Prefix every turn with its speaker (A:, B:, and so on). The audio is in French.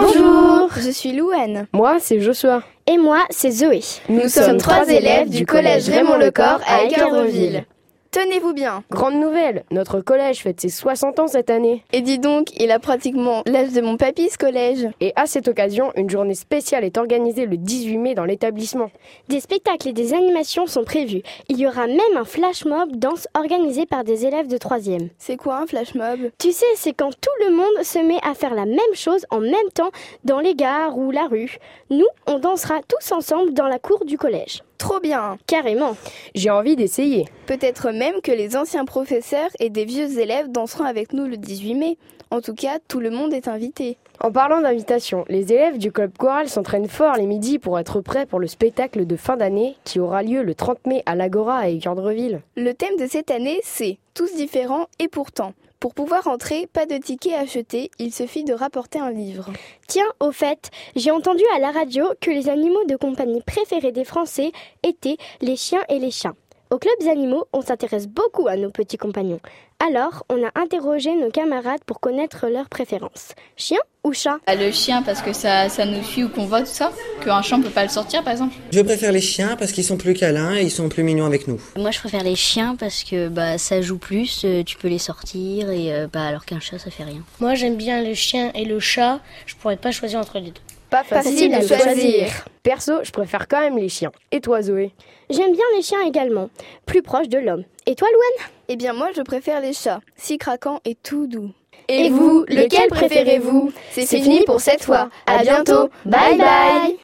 A: Bonjour.
B: Je suis Louane.
A: Moi, c'est Joshua.
B: Et moi, c'est Zoé.
A: Nous, sommes trois élèves du collège Raymond Lecor à Équerreville.
B: Tenez-vous bien.
A: Grande nouvelle, notre collège fête ses 60 ans cette année.
B: Et dis donc, il a pratiquement l'âge de mon papy, ce collège.
A: Et à cette occasion, une journée spéciale est organisée le 18 mai dans l'établissement.
C: Des spectacles et des animations sont prévus. Il y aura même un flash mob danse organisé par des élèves de 3e.
B: C'est quoi un flash mob
C: Tu sais, c'est quand tout le monde se met à faire la même chose en même temps dans les gares ou la rue. Nous, on dansera tous ensemble dans la cour du collège.
B: Trop bien.
C: Carrément.
A: J'ai envie d'essayer.
B: Peut-être même que les anciens professeurs et des vieux élèves danseront avec nous le 18 mai. En tout cas, tout le monde est invité.
A: En parlant d'invitation, les élèves du club choral s'entraînent fort les midis pour être prêts pour le spectacle de fin d'année qui aura lieu le 30 mai à l'Agora à Équandreville.
B: Le thème de cette année, c'est tous différents et pourtant. Pour pouvoir entrer, pas de ticket à acheter, il suffit de rapporter un livre.
C: Tiens, au fait, j'ai entendu à la radio que les animaux de compagnie préférés des Français étaient les chiens et les chats. Au club des animaux, on s'intéresse beaucoup à nos petits compagnons. Alors, on a interrogé nos camarades pour connaître leurs préférences. Chien ou chat
D: Bah, le chien parce que ça, ça nous suit ou qu'on voit tout ça, qu'un chien peut pas le sortir par exemple.
E: Je préfère les chiens parce qu'ils sont plus câlins et ils sont plus mignons avec nous.
F: Moi, je préfère les chiens parce que bah, ça joue plus, euh, tu peux les sortir, et euh, bah, alors qu'un chat, ça fait rien.
G: Moi, j'aime bien le chien et le chat. Je pourrais pas choisir entre les deux.
B: Pas facile, à choisir.
A: Perso, je préfère quand même les chiens. Et toi Zoé
C: J'aime bien les chiens également, plus proches de l'homme. Et toi, Louane
B: Eh bien moi, je préfère les chats, si craquants et tout doux.
H: Et vous, lequel préférez-vous C'est fini pour cette fois. À bientôt. Bye bye.